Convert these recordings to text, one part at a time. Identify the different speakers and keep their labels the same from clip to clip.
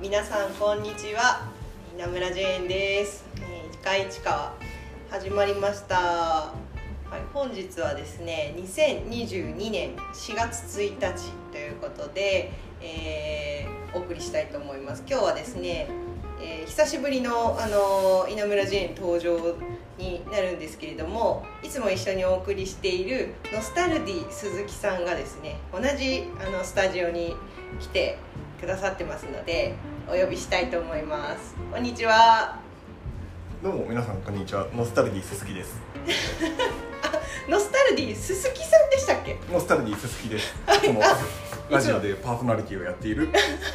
Speaker 1: 皆さんこんにちは稲村ジェーンですえー一回一川始まりましたはい本日はですね2022年4月1日ということで、えーお送りしたいと思います今日はですね、えー久しぶりのあのー稲村ジェーン登場になるんですけれどもいつも一緒にお送りしているノスタルディ鈴木さんがですね同じあのスタジオに来てくださってますのでお呼びしたいと思いますこんにちは
Speaker 2: どうも皆さんこんにちはノスタルディ鈴木です
Speaker 1: ノスタルディ鈴木さんでしたっけ
Speaker 2: ノスタルディ鈴木 ですこのラジオでパーソナリティをやっている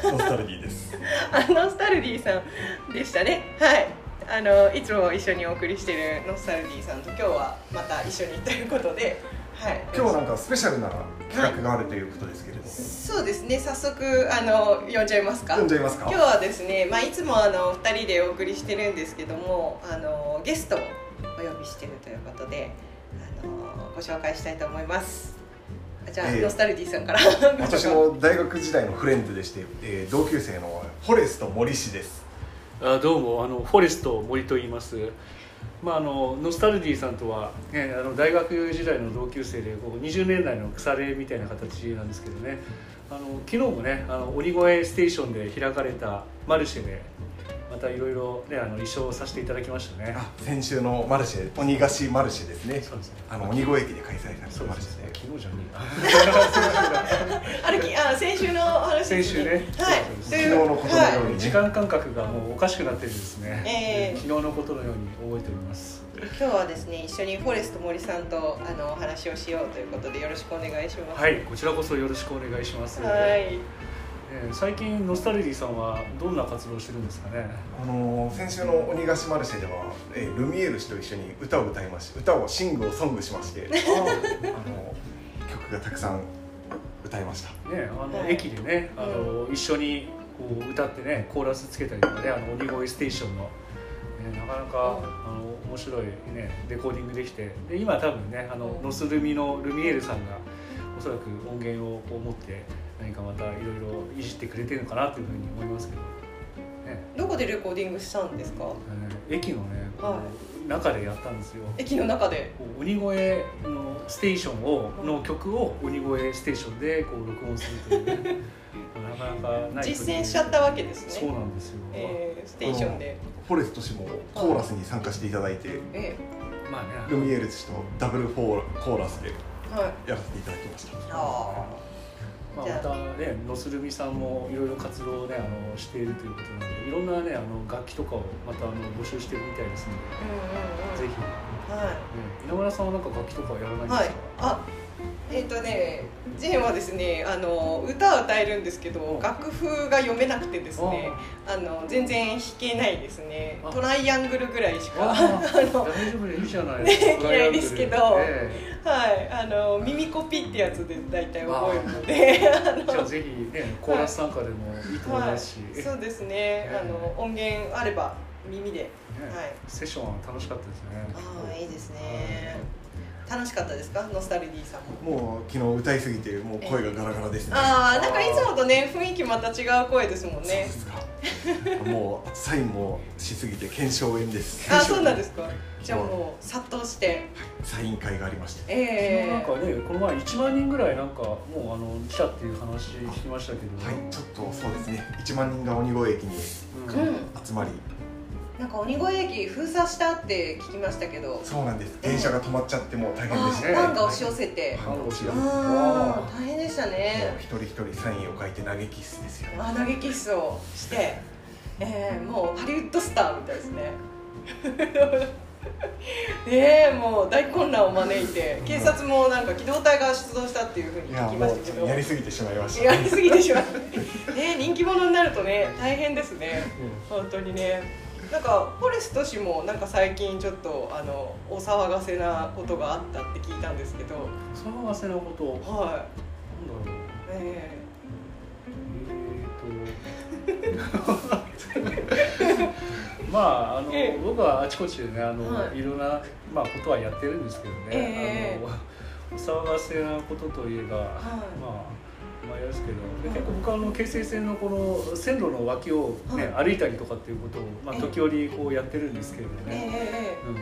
Speaker 2: ノスタルディ です
Speaker 1: あノスタルディさんでしたねはいあのいつも一緒にお送りしてるノスタルディさんと今日はまた一緒にということではい
Speaker 2: 今日はなんかスペシャルな企画があるということですけれども、
Speaker 1: そうですね早速あの呼んじゃいますか
Speaker 2: 読んじゃいますか
Speaker 1: 今日はですね、まあ、いつもあの2人でお送りしてるんですけどもあのゲストをお呼びしてるということであのご紹介したいと思いますあじゃあ、
Speaker 2: ええ
Speaker 1: ノスタルディさんからご
Speaker 2: 私
Speaker 1: 紹
Speaker 2: の大学時代のフレンドでして、えー同級生のフォレスト森氏です
Speaker 3: あどうもあのフォレスト森と言います。まああのノスタルディさんとは、ね、あの大学時代の同級生でこう20年来の腐れみたいな形なんですけどね。あの昨日もねあの鬼越ステーションで開かれたマルシェでまたいろいろねあの衣装させていただきましたね。
Speaker 2: あ先週のマルシェ鬼菓子マルシェですね
Speaker 3: そうですね
Speaker 2: あの鬼越駅で開催された
Speaker 3: そう
Speaker 2: マ
Speaker 3: で
Speaker 2: ルシ
Speaker 3: す
Speaker 2: ェ
Speaker 3: ね
Speaker 2: で。
Speaker 3: 昨日じゃね
Speaker 1: 介あれきあ先週のお話です、
Speaker 3: 先週ね
Speaker 1: はいと
Speaker 3: そうそう
Speaker 2: 昨
Speaker 1: い
Speaker 2: 日
Speaker 1: う
Speaker 2: のことのよう
Speaker 3: え
Speaker 2: に
Speaker 3: な。
Speaker 2: ね
Speaker 3: 時間感覚がもうおかしくなってるんですね。
Speaker 1: ええ
Speaker 3: 昨日のことのように覚えております。
Speaker 1: 今日はですね一緒にフォレスト森さんとあのお話をしようということでよろしくお願いします
Speaker 3: はいこちらこそよろしくお願いします。
Speaker 1: はい
Speaker 3: えー最近ノスタルディさんはどんな活動をしてるんですかね
Speaker 2: あのー先週の鬼ヶ島マルシェでは、えールミエール氏と一緒に歌を歌いまして歌をシングをソングしまし てあのー曲がたくさん歌いました
Speaker 3: ねあの、
Speaker 1: はい
Speaker 3: 駅でねあの、一緒にこう歌ってねコーラスつけたりとかねあの鬼越ステーションの、ね、なかなか、
Speaker 1: うん
Speaker 3: あの面白いねレコーディングできてで今多分ねあの、
Speaker 1: うん
Speaker 3: ノスルミのルミエールさんがおそらく音源をこう持って何かまたいろいろいじってくれてるのかなというふうに思いますけど、ね
Speaker 1: どこでレコーディングしたんですか
Speaker 3: えー駅のね、こう
Speaker 1: は
Speaker 3: 中でやったんですよ。
Speaker 1: 駅の中で
Speaker 3: こう鬼越のステーションをの曲を鬼越ステーションでこう録音するというねなかなかない
Speaker 1: 実践しちゃったわけですね
Speaker 3: そうなんですよ、
Speaker 1: えー、ステーションで、
Speaker 2: フォレスト氏もコーラスに参加していただいて
Speaker 1: え
Speaker 3: まあ
Speaker 2: ル
Speaker 3: ね
Speaker 2: ミエール氏とダブルフォーコーラスで
Speaker 1: えはい
Speaker 2: やらせていただきました
Speaker 1: あ
Speaker 3: まあ、
Speaker 1: じゃ
Speaker 3: ま
Speaker 1: あ
Speaker 3: たねのするみさんもいろいろ活動をねあのしているということなのでいろんなねあの楽器とかをまたあの募集してるみたいですの
Speaker 1: うんうんうん
Speaker 3: でぜひ、ね、
Speaker 1: は
Speaker 3: 稲村さんはなんか楽器とかはやらな
Speaker 1: い、
Speaker 3: いんですか、
Speaker 1: はい、あえっ、とねジェーンはですねあの歌を歌えるんですけど
Speaker 3: ん
Speaker 1: 楽譜が読めなくてです ねあの全然弾けないですね
Speaker 3: あ
Speaker 1: トライアングルぐらいしか
Speaker 3: あ
Speaker 1: は
Speaker 3: 大丈夫でいいじゃないですか、
Speaker 1: ね嫌いですけど
Speaker 3: ええ
Speaker 1: いあの耳コピってやつで大体覚えるのであ
Speaker 3: じゃあ
Speaker 1: の
Speaker 3: ぜひねコーラス参加でもいいと思いますし、ね
Speaker 1: そうですねあの音源あれば耳ではい
Speaker 3: セッションは楽しかったですね
Speaker 1: ああいいですね楽しかったですかノスタルディさんも
Speaker 2: もう昨日歌いすぎてもう声がガラガラですね
Speaker 1: ああなんかいつもとね雰囲気また違う声ですもん
Speaker 2: そうで
Speaker 1: ね
Speaker 2: すかもうサインもしすぎて検証炎です
Speaker 1: あそうなんですかじ ゃあもう殺到して
Speaker 2: サイン会がありまして
Speaker 1: ええ
Speaker 3: 昨日なんかねこの前1万人ぐらいなんかもうあの来たっていう話聞きましたけど、
Speaker 2: はい、ちょっとそうですね。1万人が鬼越駅に
Speaker 3: うん
Speaker 1: うん
Speaker 2: 集まり、
Speaker 1: なんか鬼越駅封鎖したって聞きましたけど
Speaker 2: そうなんです。電車が止まっちゃってもう大変で
Speaker 1: あ
Speaker 2: し
Speaker 1: フ
Speaker 2: た。
Speaker 3: ね
Speaker 1: ァンが押し寄せて
Speaker 2: はい
Speaker 3: あの
Speaker 2: う
Speaker 1: ああ大変でした
Speaker 2: もう
Speaker 1: ね
Speaker 2: 一人一人サインを書いて投げキッスですよ。
Speaker 1: あ投げキッスをしてええもうハリウッドスターみたいですね ねえもう大混乱を招いて警察もなんか機動隊が出動したっていうふう
Speaker 2: い
Speaker 1: に
Speaker 2: や
Speaker 1: 聞き
Speaker 2: も
Speaker 1: ま
Speaker 2: う
Speaker 1: したけ
Speaker 2: ちょっ
Speaker 1: ど
Speaker 2: とやりすぎてしまいました。
Speaker 1: やりすぎてしまってね人気者になるとね大変ですね本当にねなんかフォレスト氏もなんか最近ちょっとあのお騒がせなことがあったって聞いたんですけど
Speaker 3: その合わせのことなんだ
Speaker 1: はい
Speaker 3: ろう
Speaker 1: え
Speaker 3: まああの、
Speaker 1: ええ
Speaker 3: 僕はあちこちでねあの、
Speaker 1: はい
Speaker 3: い、ろんな、まあ、ことはやってるんですけどね、
Speaker 1: ええ
Speaker 3: あの騒がせなことといえ
Speaker 1: い
Speaker 3: ば、まあ前ですけど、で結構僕はあの京成線のこの線路の脇を、ね歩いたりとかっていうことを、まあ、
Speaker 1: ええ
Speaker 3: 時折こうやってるんですけれど
Speaker 1: ええ
Speaker 3: ね、うん、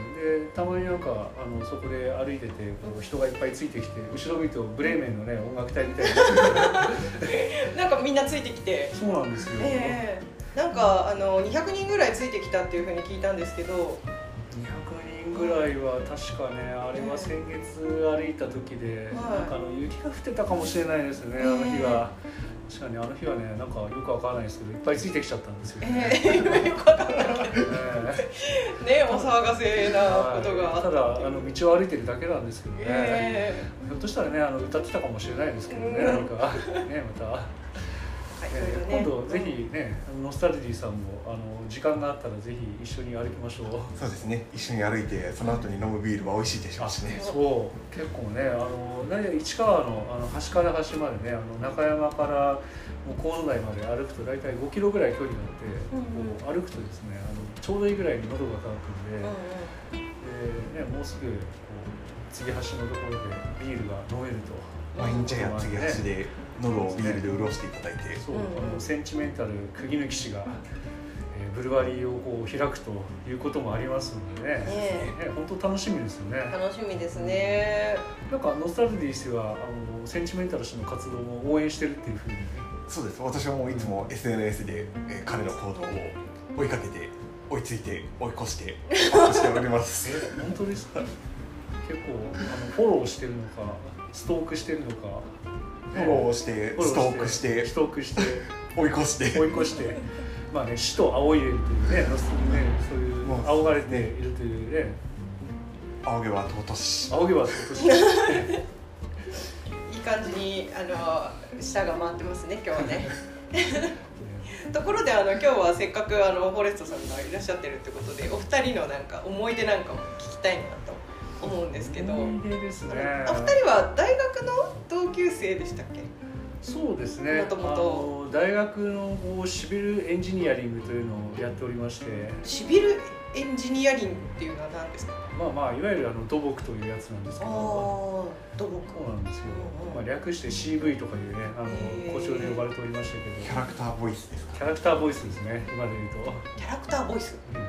Speaker 3: でたまになんかあのそこで歩いててこう人がいっぱいついてきて後ろ見るとブレーメンのね音楽隊みたい な
Speaker 1: ええなんかみんなついてきて。
Speaker 3: そうなんですよ、
Speaker 1: ええなんかあの200人ぐらいついてきたっていうふうに聞いたんですけど、
Speaker 3: 200人ぐらいは確かねあれは先月歩いた時で、
Speaker 1: はい
Speaker 3: なんかあの雪が降ってたかもしれないですね、あの日は確かにあの日はねなんかよくわからないですけどいっぱいついてきちゃったんですよね、
Speaker 1: ええよくわかんない ね
Speaker 3: え
Speaker 1: お騒がせなことがあ
Speaker 3: はい
Speaker 1: った
Speaker 3: ただあの道を歩いてるだけなんですけどね、
Speaker 1: ええ
Speaker 3: ひょっとしたらねあの歌ってたかもしれないですけどね、
Speaker 1: うん
Speaker 3: 何かねまた。
Speaker 1: はいいろいろね
Speaker 3: 今度ぜひね、ノスタルジーさんもあの時間があったらぜひ一緒に歩きましょう。
Speaker 2: そうですね一緒に歩いてその後に飲むビールは美味しいでしょうしね
Speaker 3: そう結構ねあの何市川のあの端から端までねあの中山からもう河野台まで歩くと大体5キロぐらい距離があって、
Speaker 1: うんうん
Speaker 3: こう歩くとですねあのちょうどいいぐらいに喉が渇くん
Speaker 1: うんう
Speaker 3: で、
Speaker 1: ん
Speaker 3: でねもうすぐこう継ぎ橋のところでビールが飲めると。
Speaker 2: 毎日や次は橋で喉をビールで潤していただいて
Speaker 3: そう、
Speaker 1: うんうん
Speaker 3: あのセンチメンタル釘抜き師が、えーブルワリーをこう開くということもありますのでね
Speaker 1: ね
Speaker 3: ね本当楽しみですよね
Speaker 1: 楽しみですね。
Speaker 3: なんかノスタルディー氏はあのセンチメンタル氏の活動も応援してるっていうふうに
Speaker 2: そうです私はもういつも SNS で、えー彼の行動を追いかけて追いついて追い越 してアップしております
Speaker 3: 本当ですか結構あのフォローしてるのかストークしてるのか
Speaker 2: フォローしてストークして
Speaker 3: ストークして
Speaker 2: 追い越して
Speaker 3: 追い越してまあね死と仰いでるというねノスねそういう
Speaker 2: もう
Speaker 3: 仰がれているというね
Speaker 2: 青毛は尊し
Speaker 3: 仰げば今年。
Speaker 1: いい感じにあの下が回ってますね今日は ね。ところであの今日はせっかくあのフォレストさんがいらっしゃってるってことでお二人のなんか思い出なんかも聞きたいなと思うんですけど。
Speaker 3: 思い出ですね
Speaker 1: お二人は大学の同級生でしたっけ？
Speaker 3: そうですね
Speaker 1: 元々
Speaker 3: あの大学のこうシビルエンジニアリングというのをやっておりまして
Speaker 1: シビルエンジニアリングっていうのは何ですか？
Speaker 3: まあまあいわゆるあの土木というやつなんですけど
Speaker 1: 土木。
Speaker 3: そうなんですよ
Speaker 1: うんうん、
Speaker 3: まあ、略して CV とかいうね
Speaker 1: へ
Speaker 3: あ
Speaker 1: ー
Speaker 3: の校長で呼ばれておりました
Speaker 2: キ
Speaker 3: け
Speaker 2: ャ
Speaker 3: ど
Speaker 2: ラクターボイスですか
Speaker 3: キャラクターボイスですね今で言うと、
Speaker 1: キャラクターボイス。
Speaker 3: うん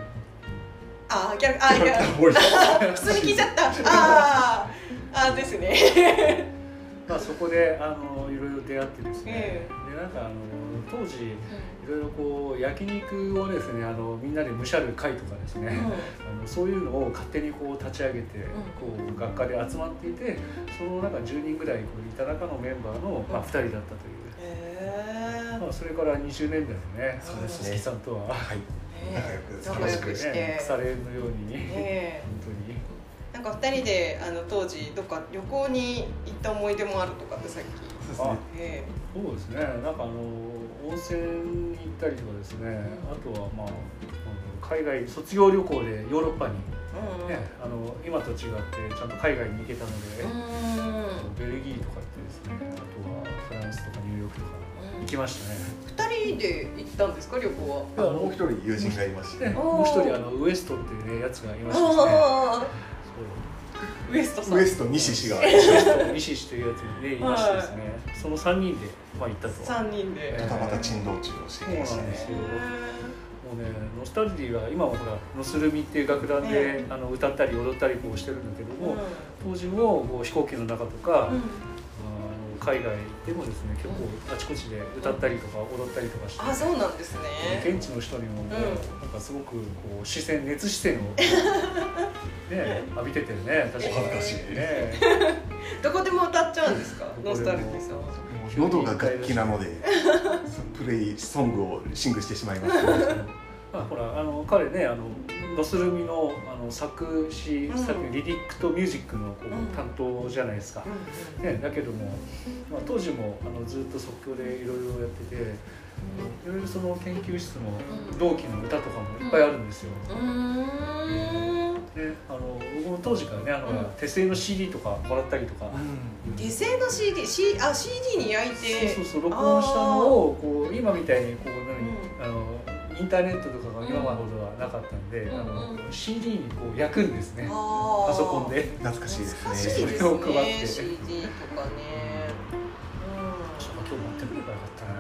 Speaker 1: あーキャラあーキャラ
Speaker 2: ボイス
Speaker 1: 普通に聞いちゃった。あーあーですね。
Speaker 3: まあ、そこであのいろいろ出会ってです
Speaker 1: え
Speaker 3: ね、でなんかあの当時いろいろこう焼肉をですねあのみんなでむしゃる会とかですね、あのそういうのを勝手にこう立ち上げて、こう学科で集まっていてその中10人ぐらいこういた中のメンバーの、まあ、2人だったという、
Speaker 1: へ
Speaker 3: まあ、それから20年代のね
Speaker 1: そうです
Speaker 2: ね
Speaker 3: 鈴木さんとは
Speaker 2: はい
Speaker 1: え
Speaker 2: 仲良く
Speaker 1: 仲良くして
Speaker 3: ね腐れ縁のように、
Speaker 1: え
Speaker 3: 本当に
Speaker 1: なんか二人であの当時どっか旅行に行った思い出もあるとかってさっき。
Speaker 2: そうですね
Speaker 1: え
Speaker 3: そうですねなんかあの温泉に行ったりとかですねあとはまああの海外卒業旅行でヨーロッパに、
Speaker 1: え
Speaker 3: ねあの今と違ってちゃんと海外に行けたので、
Speaker 1: うんうんうん
Speaker 3: ベルギーとか行ってですねあとはフランスとかニューヨークとか行きましたね
Speaker 1: 二人で行ったんですか旅行は。
Speaker 2: あもう一人友人がいまして、
Speaker 3: でもう一人あのウエストっていうねやつがいましてですね
Speaker 1: あーウエストさん。
Speaker 2: ウエスト西氏が
Speaker 3: そうウエスト西氏というやつにねいましてですね、その3人で、まあ、行ったと
Speaker 1: 三人で。
Speaker 2: たまた珍道中をしてきましたね
Speaker 3: そうもうねノスタルジーは今はほらノスルミっていう楽団で、
Speaker 1: え
Speaker 3: あの歌ったり踊ったりこうしてるんだけど
Speaker 1: うん
Speaker 3: も、当時もこう飛行機の中とか、
Speaker 1: うん
Speaker 3: あの海外でもですね結構あちこちで歌ったりとか踊ったりとかして、
Speaker 1: あそうなんですね。
Speaker 3: 現地の人にも、
Speaker 1: ん
Speaker 3: なんかすごくこう視線熱 視線をね浴びててね確かに
Speaker 2: お恥ずかしい
Speaker 3: ね
Speaker 1: どこでも歌っちゃうんですか
Speaker 3: どこでも
Speaker 1: ノスタルジーさんは。
Speaker 2: もう喉が楽器なのでプレイソングをシングしてしまいました
Speaker 3: まあほらあの彼ねあのノスルミのあの作詞
Speaker 1: うん
Speaker 3: 作リリックとミュージックのこう
Speaker 1: うん
Speaker 3: 担当じゃないですか、ね、だけども、まあ、当時もあのずっと即興でいろいろやってていろいろその研究室の
Speaker 1: うん
Speaker 3: 同期の歌とかもいっぱいあるんですよ、
Speaker 1: うん。
Speaker 3: であの僕も当時からねあの、
Speaker 1: うん
Speaker 3: 手製の CD とかもらったりとか、
Speaker 1: 手製の CD、C、あ CD に焼いて
Speaker 3: そうそうそう録音したのをこう今みたいにこう何、あのインターネットとかが今までほどはなかったんで、
Speaker 1: うん
Speaker 3: あ
Speaker 1: うん
Speaker 3: の CD にこう焼くんですね
Speaker 1: あー
Speaker 3: パソコンで
Speaker 2: 懐かしいですね
Speaker 1: 懐かしいです
Speaker 3: それを配っ
Speaker 1: ね
Speaker 3: て
Speaker 1: CD とかね
Speaker 3: ちょっ
Speaker 1: う
Speaker 3: と今日持ってくればよかった
Speaker 1: んうん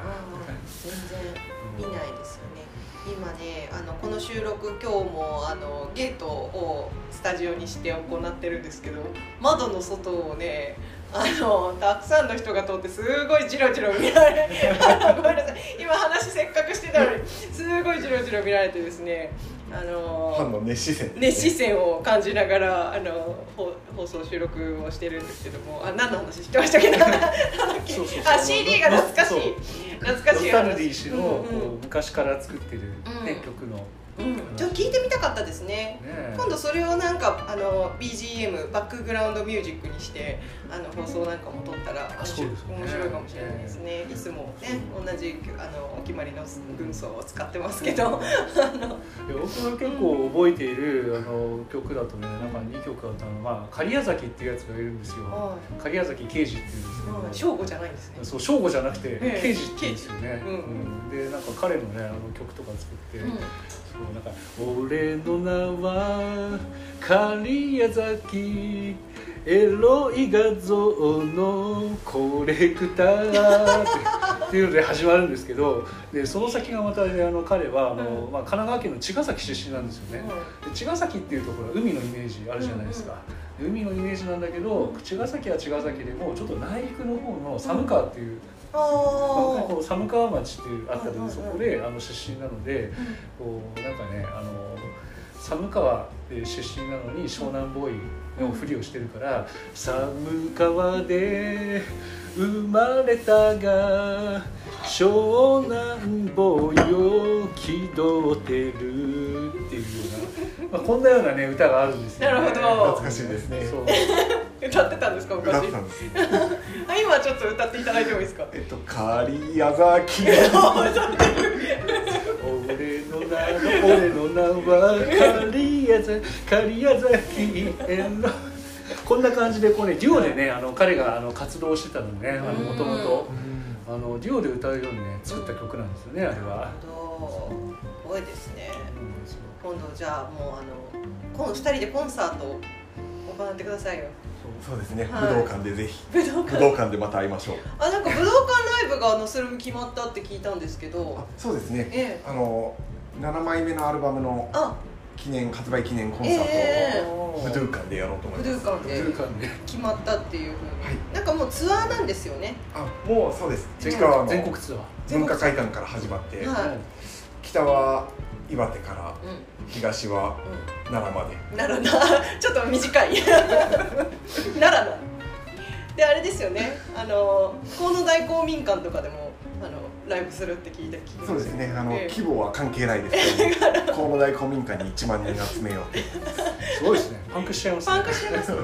Speaker 3: な
Speaker 1: 全然見ないですよね今ねあのこの収録今日もあのゲートをスタジオにして行ってるんですけど窓の外をねあのたくさんの人が通ってすごいジロジロ見られ あのごめんなさい今話せっかくしてたのにすごいジロジロ見られてですねあの
Speaker 2: ファンの熱視線
Speaker 1: 熱視線を感じながらあのほ放送収録をしてるんですけどもあ何の話してましたっけど
Speaker 3: そうそうそう
Speaker 1: あ CD が懐かしい
Speaker 3: そう
Speaker 1: 懐
Speaker 3: ノ
Speaker 1: かしい
Speaker 3: スタルディー氏のこ
Speaker 1: うんうん
Speaker 3: う昔から作ってる、ね
Speaker 1: うん
Speaker 3: 曲の、ね、
Speaker 1: うん、ちょっと聞いてみたかったですね今度それをなんかあの BGM バックグラウンドミュージックにしてあの放送なんかも撮ったら面白,、
Speaker 3: そうですね
Speaker 1: 面白いかもしれないですね、いつもね同じあのお決まりの軍曹を使ってますけど
Speaker 3: で僕が結構覚えているあの曲だとねなんか2曲あったのは、まあ、狩屋崎っていうやつがいるんですよ
Speaker 1: は
Speaker 3: 狩屋崎刑事っていうんですけど、
Speaker 1: い翔吾じゃないんですね
Speaker 3: そう省吾じゃなくて
Speaker 1: ええ
Speaker 3: 刑事って言うんですよね、
Speaker 1: 刑事うん
Speaker 3: うんでなんか彼のねあの曲とか作って、
Speaker 1: うん
Speaker 3: そうなんか「俺の名は狩屋崎エロい画像のコレクター」ってっていうので始まるんですけどでその先がまた、ね、あの彼はあの、
Speaker 1: うん
Speaker 3: まあ、神奈川県の茅ヶ崎出身なんですよね、で茅ヶ崎っていうところは海のイメージあるじゃないですか、で海のイメージなんだけど茅ヶ崎は茅ヶ崎でもちょっと内陸の方の寒川っていう、
Speaker 1: ああ
Speaker 3: こう寒川町っていうあったり
Speaker 1: うんうんうん
Speaker 3: そこであの出身なのでこうなんかねあの寒川で出身なのに湘南ボーイのふりをしてるから「寒川で生まれたが湘南ボーイを気取ってる」っていうような、まあ、こんなようなね歌があるんですよ、ね。
Speaker 1: なるほど
Speaker 2: 懐かしいですね
Speaker 3: そう
Speaker 1: 歌ってたんですか
Speaker 2: 歌っ
Speaker 1: 昔
Speaker 2: てたんです
Speaker 1: あ今ちょっと歌っていただいてもいいですか
Speaker 2: えっと狩矢崎
Speaker 3: 俺の名は俺の名は狩屋崎狩屋崎エロこんな感じでこうねデュオでねあの彼があの活動してたのねもともとあのデュオで歌うようにね作った曲なんですよねあれは。
Speaker 1: すごいですね
Speaker 3: うんそう
Speaker 1: 今度じゃあもうあのこの2人でコンサートを行ってくださいよ
Speaker 2: そうですね、
Speaker 1: はい
Speaker 2: 武道館でぜひ
Speaker 1: 武道
Speaker 2: 武
Speaker 1: 館
Speaker 2: 道館でまた会いましょう
Speaker 1: あなんか武道館ライブがあのそれも決まったって聞いたんですけ
Speaker 2: あ
Speaker 1: ど
Speaker 2: そうですね
Speaker 1: ええ
Speaker 2: あの7枚目のアルバムの
Speaker 1: あ
Speaker 2: 記念発売記念コンサートを、
Speaker 1: え
Speaker 2: 武道館でやろうと思い
Speaker 1: 武
Speaker 2: ます
Speaker 1: 道館
Speaker 3: 武
Speaker 1: で
Speaker 3: 道館で
Speaker 1: 決まったっていうふうに、
Speaker 2: はい
Speaker 1: なんかもうツアーなんですよね
Speaker 2: あもうそうです
Speaker 3: 全
Speaker 2: 北
Speaker 3: 国
Speaker 2: は
Speaker 3: 全
Speaker 2: 全
Speaker 3: 国
Speaker 2: 国
Speaker 3: ツアー。
Speaker 2: 文化会館から始まって、
Speaker 1: はい
Speaker 2: 北は岩手から
Speaker 1: うん
Speaker 2: 東は
Speaker 1: う
Speaker 2: 奈良まで
Speaker 1: ん奈良な ちょっと短い 奈良なであれですよねあの河野大公民館とかでもあのライブするって聞いて聞きました
Speaker 2: そうですねあの、
Speaker 1: ええ
Speaker 2: 規模は関係ないですけど河野大公民館に1万人集めようって
Speaker 3: すごいですね。パンクしちゃいますね。
Speaker 1: パンクしてますね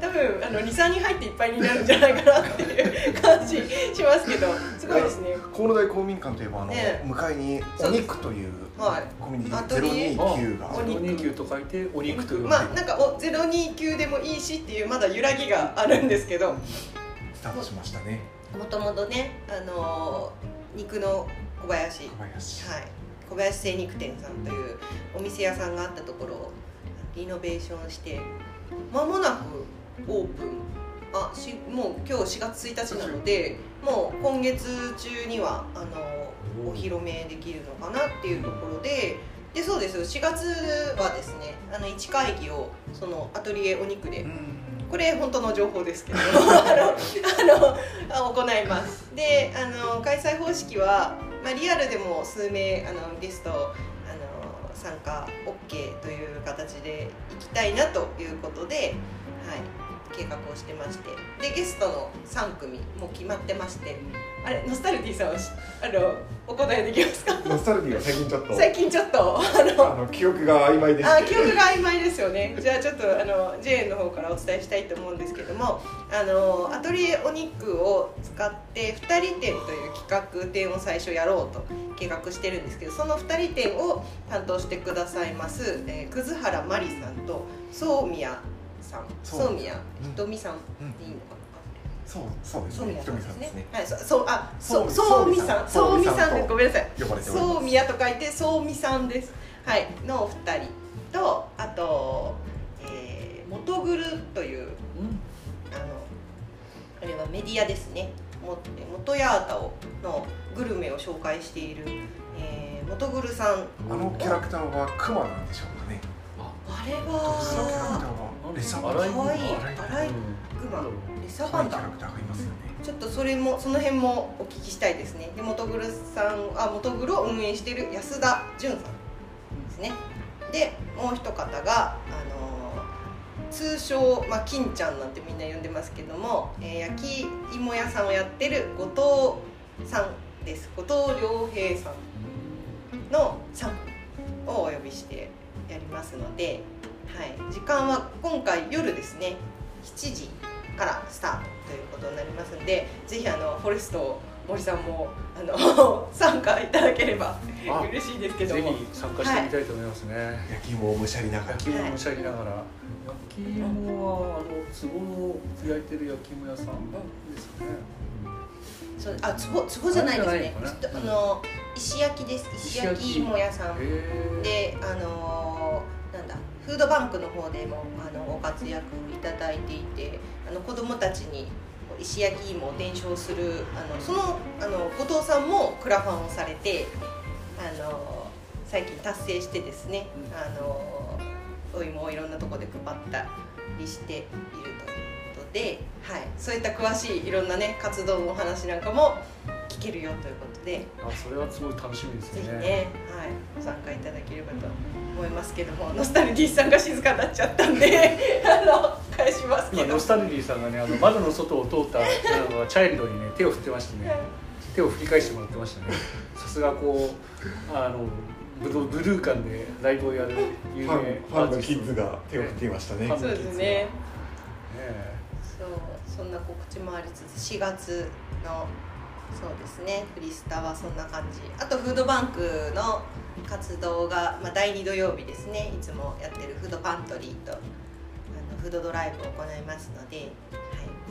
Speaker 1: 多分あの23に入っていっぱいになるんじゃないかなっていう感じしますけどすごいですね
Speaker 2: 河野大公民館といえばあの、
Speaker 1: ええ
Speaker 2: 向かいにお肉という
Speaker 1: はい
Speaker 2: コミュニテ
Speaker 1: ア
Speaker 2: ィ
Speaker 1: トリエ
Speaker 2: 029が
Speaker 1: お肉
Speaker 3: 029と書いてお肉という。
Speaker 1: まあなんかお029でもいいしっていうまだ揺らぎがあるんですけど
Speaker 2: スタートしましたね
Speaker 1: もともとね、あのー肉の小林、はい
Speaker 2: 小、林
Speaker 1: 小林精肉店さんというお店屋さんがあったところをリノベーションして間もなくオープンあしもう今日4月1日なのでもう今月中にはあのーお披露目できるのかなっていうところで。でそうです4月はですねあの1会議をそのアトリエお肉でこれ本当の情報ですけどあのあの行いますであの開催方式は、まあ、リアルでも数名あのゲストあの参加 OK という形で行きたいなということで、はい、計画をしてましてでゲストの3組もう決まってましてあれノスタルディさんはしあのお答えできますか
Speaker 2: ノスタルディーは最近ちょっと
Speaker 1: 最近ちょっと
Speaker 2: あの記憶が曖昧です
Speaker 1: あ記憶が曖昧ですよねじゃあちょっとあの JA の方からお伝えしたいと思うんですけどもあのアトリエお肉を使って2人展という企画展を最初やろうと計画してるんですけどその2人展を担当してくださいます、えー、葛原麻里さんと宗宮さん
Speaker 2: そう
Speaker 1: 宗宮ひとみさん
Speaker 2: うん
Speaker 1: でいいのかな、
Speaker 2: そうそうです
Speaker 1: そうみ
Speaker 2: ね
Speaker 1: や
Speaker 2: ひ
Speaker 1: さ
Speaker 2: と
Speaker 1: んです
Speaker 2: みさんですね
Speaker 1: ね。はい、そそうあ、そう
Speaker 2: そ
Speaker 1: そうう
Speaker 2: み
Speaker 1: み
Speaker 2: さ
Speaker 1: さ
Speaker 2: ん
Speaker 1: ん、そうみさん
Speaker 2: そうみさん
Speaker 1: で
Speaker 2: と
Speaker 1: す。ごめんなさい。
Speaker 2: 呼ばれております
Speaker 1: そうみやと書いてそうみさんです。はい、のお二人とあと、えー、元グルというあのあれはメディアですねも元ヤータをのグルメを紹介している、えー、元グルさん
Speaker 2: あのキャラクターはクマなんでしょうかね
Speaker 1: あれ
Speaker 2: あのキャラクター
Speaker 1: は
Speaker 2: は
Speaker 3: ー
Speaker 2: レサ
Speaker 1: 可
Speaker 2: バ
Speaker 1: 愛
Speaker 2: ン
Speaker 1: い
Speaker 2: ダ
Speaker 1: アライグマレサバン
Speaker 2: キ
Speaker 1: ダ
Speaker 2: ャラクターがいますよね
Speaker 1: ちょっとそれもその辺もお聞きしたいですねで元グルさんあ元グルを運営している安田純さんですねでもう一方が、あのー通称、まあ、金ちゃんなんてみんな呼んでますけども、えー焼き芋屋さんをやってる後藤さんです後藤良平さんの3分をお呼びしてやりますので、はい、時間は今回夜ですね7時からスタートということになりますのでぜひあのフォレスト森さんもあの 参加いただければ
Speaker 3: あ
Speaker 1: 嬉しいですけど
Speaker 3: ぜ
Speaker 1: も
Speaker 3: ひ参加してみたいと思いますね。
Speaker 2: 焼き芋をむしゃりながら
Speaker 3: 焼き芋をむしゃりながら、焼き芋はあの壺の焼いてる焼き芋屋さんですかね。
Speaker 1: そうあつぼつぼじゃないですね
Speaker 3: あじゃないのかな
Speaker 1: あの石焼きです石焼き芋屋さん
Speaker 3: へえ。
Speaker 1: であのーなんだフードバンクの方でもあのご活躍いただいていてあの子どもたちにこう石焼き芋を伝承するあのそのあの後藤さんもクラファンをされてあの最近達成してですね
Speaker 3: うん
Speaker 1: あのお芋をいろんなところで配ったりしているということで、はい、そういった詳しいいろんなね活動のお話なんかも聞けるよということで。
Speaker 3: あ、それはすごい楽しみです
Speaker 1: ぜひね、
Speaker 3: ね。
Speaker 1: はい、ご参加いただければと思いますけども、ノスタルディーさんが静かになっちゃったんで、 あの返しますけ
Speaker 3: 今
Speaker 1: ど。
Speaker 3: ノスタルジーさんがね、あの窓の外を通ったあのチャイルドにね手を振ってましたね。手を振り返してもらってましたね。さすがこうあのブルブルー館でライブをやる有名
Speaker 2: ファンファンのキッズ
Speaker 3: ね
Speaker 2: が手を振っていましたね
Speaker 3: ファン
Speaker 1: そうですね。
Speaker 3: え
Speaker 1: そう、そんな告知もありつつ、4月の。そうですね、フリスタはそんな感じ、あとフードバンクの活動が、まあ、第2土曜日ですね。いつもやってるフードパントリーと。あのフードドライブを行いますので、はい、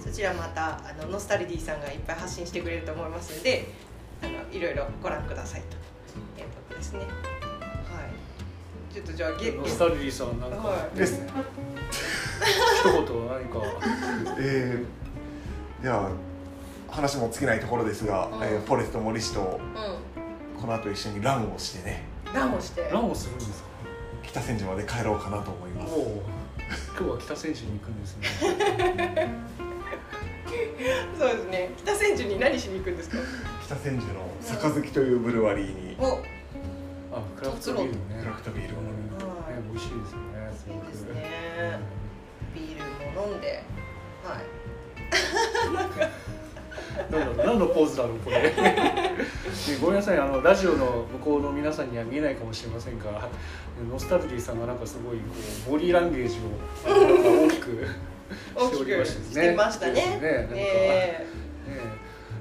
Speaker 1: そちらまたあのノスタルディさんがいっぱい発信してくれると思いますのであのいろいろご覧くださいということですね。はい、ちょっとじゃあゲ
Speaker 3: ノスタルジーさんなんか、
Speaker 1: はい
Speaker 2: です
Speaker 3: ね。 一言何か。
Speaker 2: えー、では話も尽きないところですが、
Speaker 1: うん
Speaker 2: えーフォレスト森氏と
Speaker 1: う
Speaker 2: この後一緒にランをしてね
Speaker 1: ん、ランをして。
Speaker 3: 何をするんですか。
Speaker 2: 北千住まで帰ろうかなと思います
Speaker 3: もう今日は北選手に行くんですね。
Speaker 1: そうですね。北千住に何しに行くんですか。
Speaker 2: 北千住の杯というブルワリーに
Speaker 1: お、
Speaker 3: あ、クラフトビールね。
Speaker 2: クラフトビールを飲み
Speaker 3: ね
Speaker 1: はい、
Speaker 3: 美味しいですよね。すご
Speaker 1: いい
Speaker 3: く
Speaker 1: ですね。ビールも飲んで。はい。
Speaker 3: なんだろう何のポーズだろうこれ。ねごめんなさいあのラジオの向こうの皆さんには見えないかもしれませんが、ノスタルディさんがなんかすごいこうボディーランゲージをなんか大きく
Speaker 1: 大
Speaker 3: してお
Speaker 1: き
Speaker 3: りま
Speaker 1: く
Speaker 3: した
Speaker 1: してましたね。
Speaker 3: ねなんかね
Speaker 1: え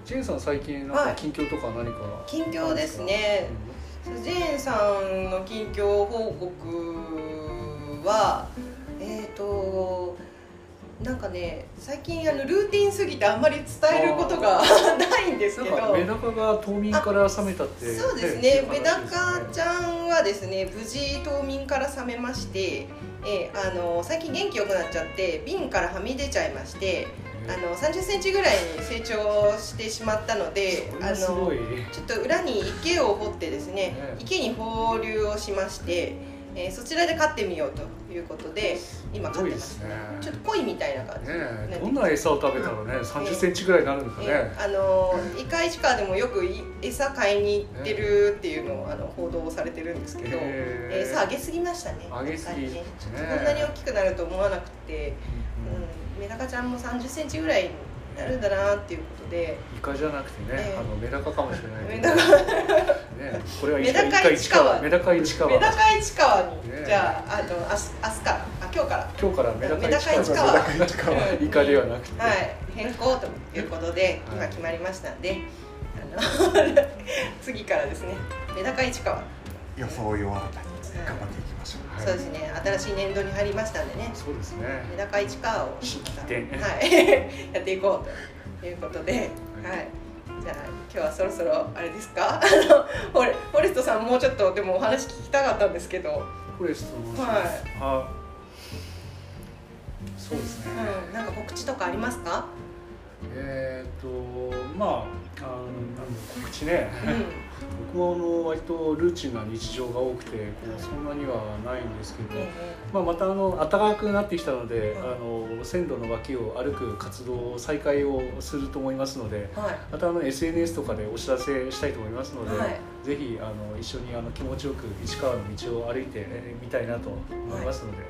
Speaker 3: ジェーンさん最近なん
Speaker 1: は
Speaker 3: か
Speaker 1: い
Speaker 3: 近況とか何か、
Speaker 1: え近況ですね。ジェーンさんの近況報告は、えっ、と。なんかね、最近あのルーティンすぎてあんまり伝えることがないんです
Speaker 3: なん
Speaker 1: け
Speaker 3: か
Speaker 1: ど
Speaker 3: メダカが冬眠から覚めたって、
Speaker 1: そうですね、メダカ
Speaker 3: ち
Speaker 1: ちゃんはですね、無事冬眠から覚めまして、えーあの最近元気よくなっちゃって、瓶からはみ出ちゃいまして、あの30センチぐらいに成長してしまったので、あの
Speaker 3: すごい。
Speaker 1: ちょっと裏に池を掘ってですね
Speaker 3: ね、
Speaker 1: 池に放流をしまして、えーそちらで飼ってみようということで、今飼ってます。
Speaker 3: ね。
Speaker 1: ちょっと鯉みたいな感
Speaker 3: ね
Speaker 1: じ。
Speaker 3: え、どんな餌を食べたらね、30センチぐらいになるんですかね。
Speaker 1: えあのイカイチカでもよくい餌買いに行ってるっていうのをあの報道されてるんですけど、
Speaker 3: え
Speaker 1: えー、餌あげすぎましたね
Speaker 3: 上げすぎ
Speaker 1: やっぱりね
Speaker 3: ね
Speaker 1: ちょっとこんなに大きくなると思わなくて、うん、メダカちゃんも3 0ンチぐらいになるんだなっていうことで
Speaker 3: イカじゃなくてね、
Speaker 1: ええ
Speaker 3: あのメダカかもしれないけ
Speaker 1: メ
Speaker 3: ど。
Speaker 1: ダカ
Speaker 3: ね、これは
Speaker 1: メダカイチカは
Speaker 3: メダカイチカ
Speaker 1: メダ
Speaker 3: は。
Speaker 1: カイチカワに、
Speaker 3: ね
Speaker 1: じゃああのあす明日からあ今日から
Speaker 3: 今日からメダカイチカ
Speaker 1: メダカイチカは
Speaker 2: メダカイチカは
Speaker 3: イカではなくて。
Speaker 1: はい、変更ということで、
Speaker 3: はい
Speaker 1: 今決まりましたんで、 あの次からですね、メダカ市川
Speaker 2: 予想を弱らたにます。頑張っていきましょう。
Speaker 3: はい
Speaker 1: そうですね新しい年度に入りましたんでね
Speaker 3: そうですね
Speaker 1: メダカ市川を
Speaker 3: 新規
Speaker 1: はい
Speaker 3: 店
Speaker 1: やってい こうということで、はい、じゃあ今日はそろそろあれですかあのフォレフォレストさんもうちょっとでもお話聞きたかったんですけど、う
Speaker 3: フォレストの、
Speaker 1: はい
Speaker 3: あそうですね、
Speaker 1: ん、なんか告知とかありますか、
Speaker 3: えーっとまああのなんだ告知ね
Speaker 1: うん、
Speaker 3: 僕はあの割とルーチンな日常が多くてこ
Speaker 1: はいう
Speaker 3: そんなにはないんですけど、
Speaker 1: え
Speaker 3: まあ、またあの暖かくなってきたので、
Speaker 1: はい
Speaker 3: あの線路の脇を歩く活動を再開をすると思いますので
Speaker 1: えはい
Speaker 3: またあの SNS とかでお知らせしたいと思いますので、
Speaker 1: はい
Speaker 3: ぜひあの一緒にあの気持ちよく市川の道を歩いてえーみたいなと思いますので、よ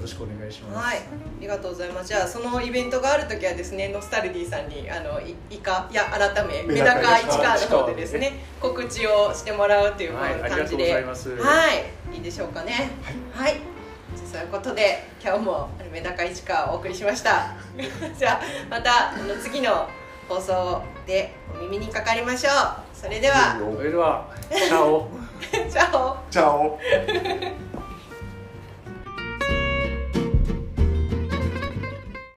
Speaker 3: ろしくお願いします。
Speaker 1: はい、ありがとうございます。じゃあそのイベントがあるときはですね、ノスタルディさんにあのいイカいや改めメ
Speaker 2: メ
Speaker 1: ダ
Speaker 2: ダ
Speaker 1: カ
Speaker 2: カ
Speaker 1: 市川の方でですね告知をしてもらうという
Speaker 3: はいあり
Speaker 1: 感
Speaker 3: がと
Speaker 1: じ
Speaker 3: うござい
Speaker 1: で、
Speaker 3: ます
Speaker 1: はい、いいでしょうかね。はい、じゃあそういうことで今日もあのメダカ市川をお送りしました。 じゃあまたあの次の放送でお耳にかかりましょう。 それでは、
Speaker 2: いいよ
Speaker 3: それでは、チャオ。
Speaker 1: チャオ。
Speaker 2: チャオ。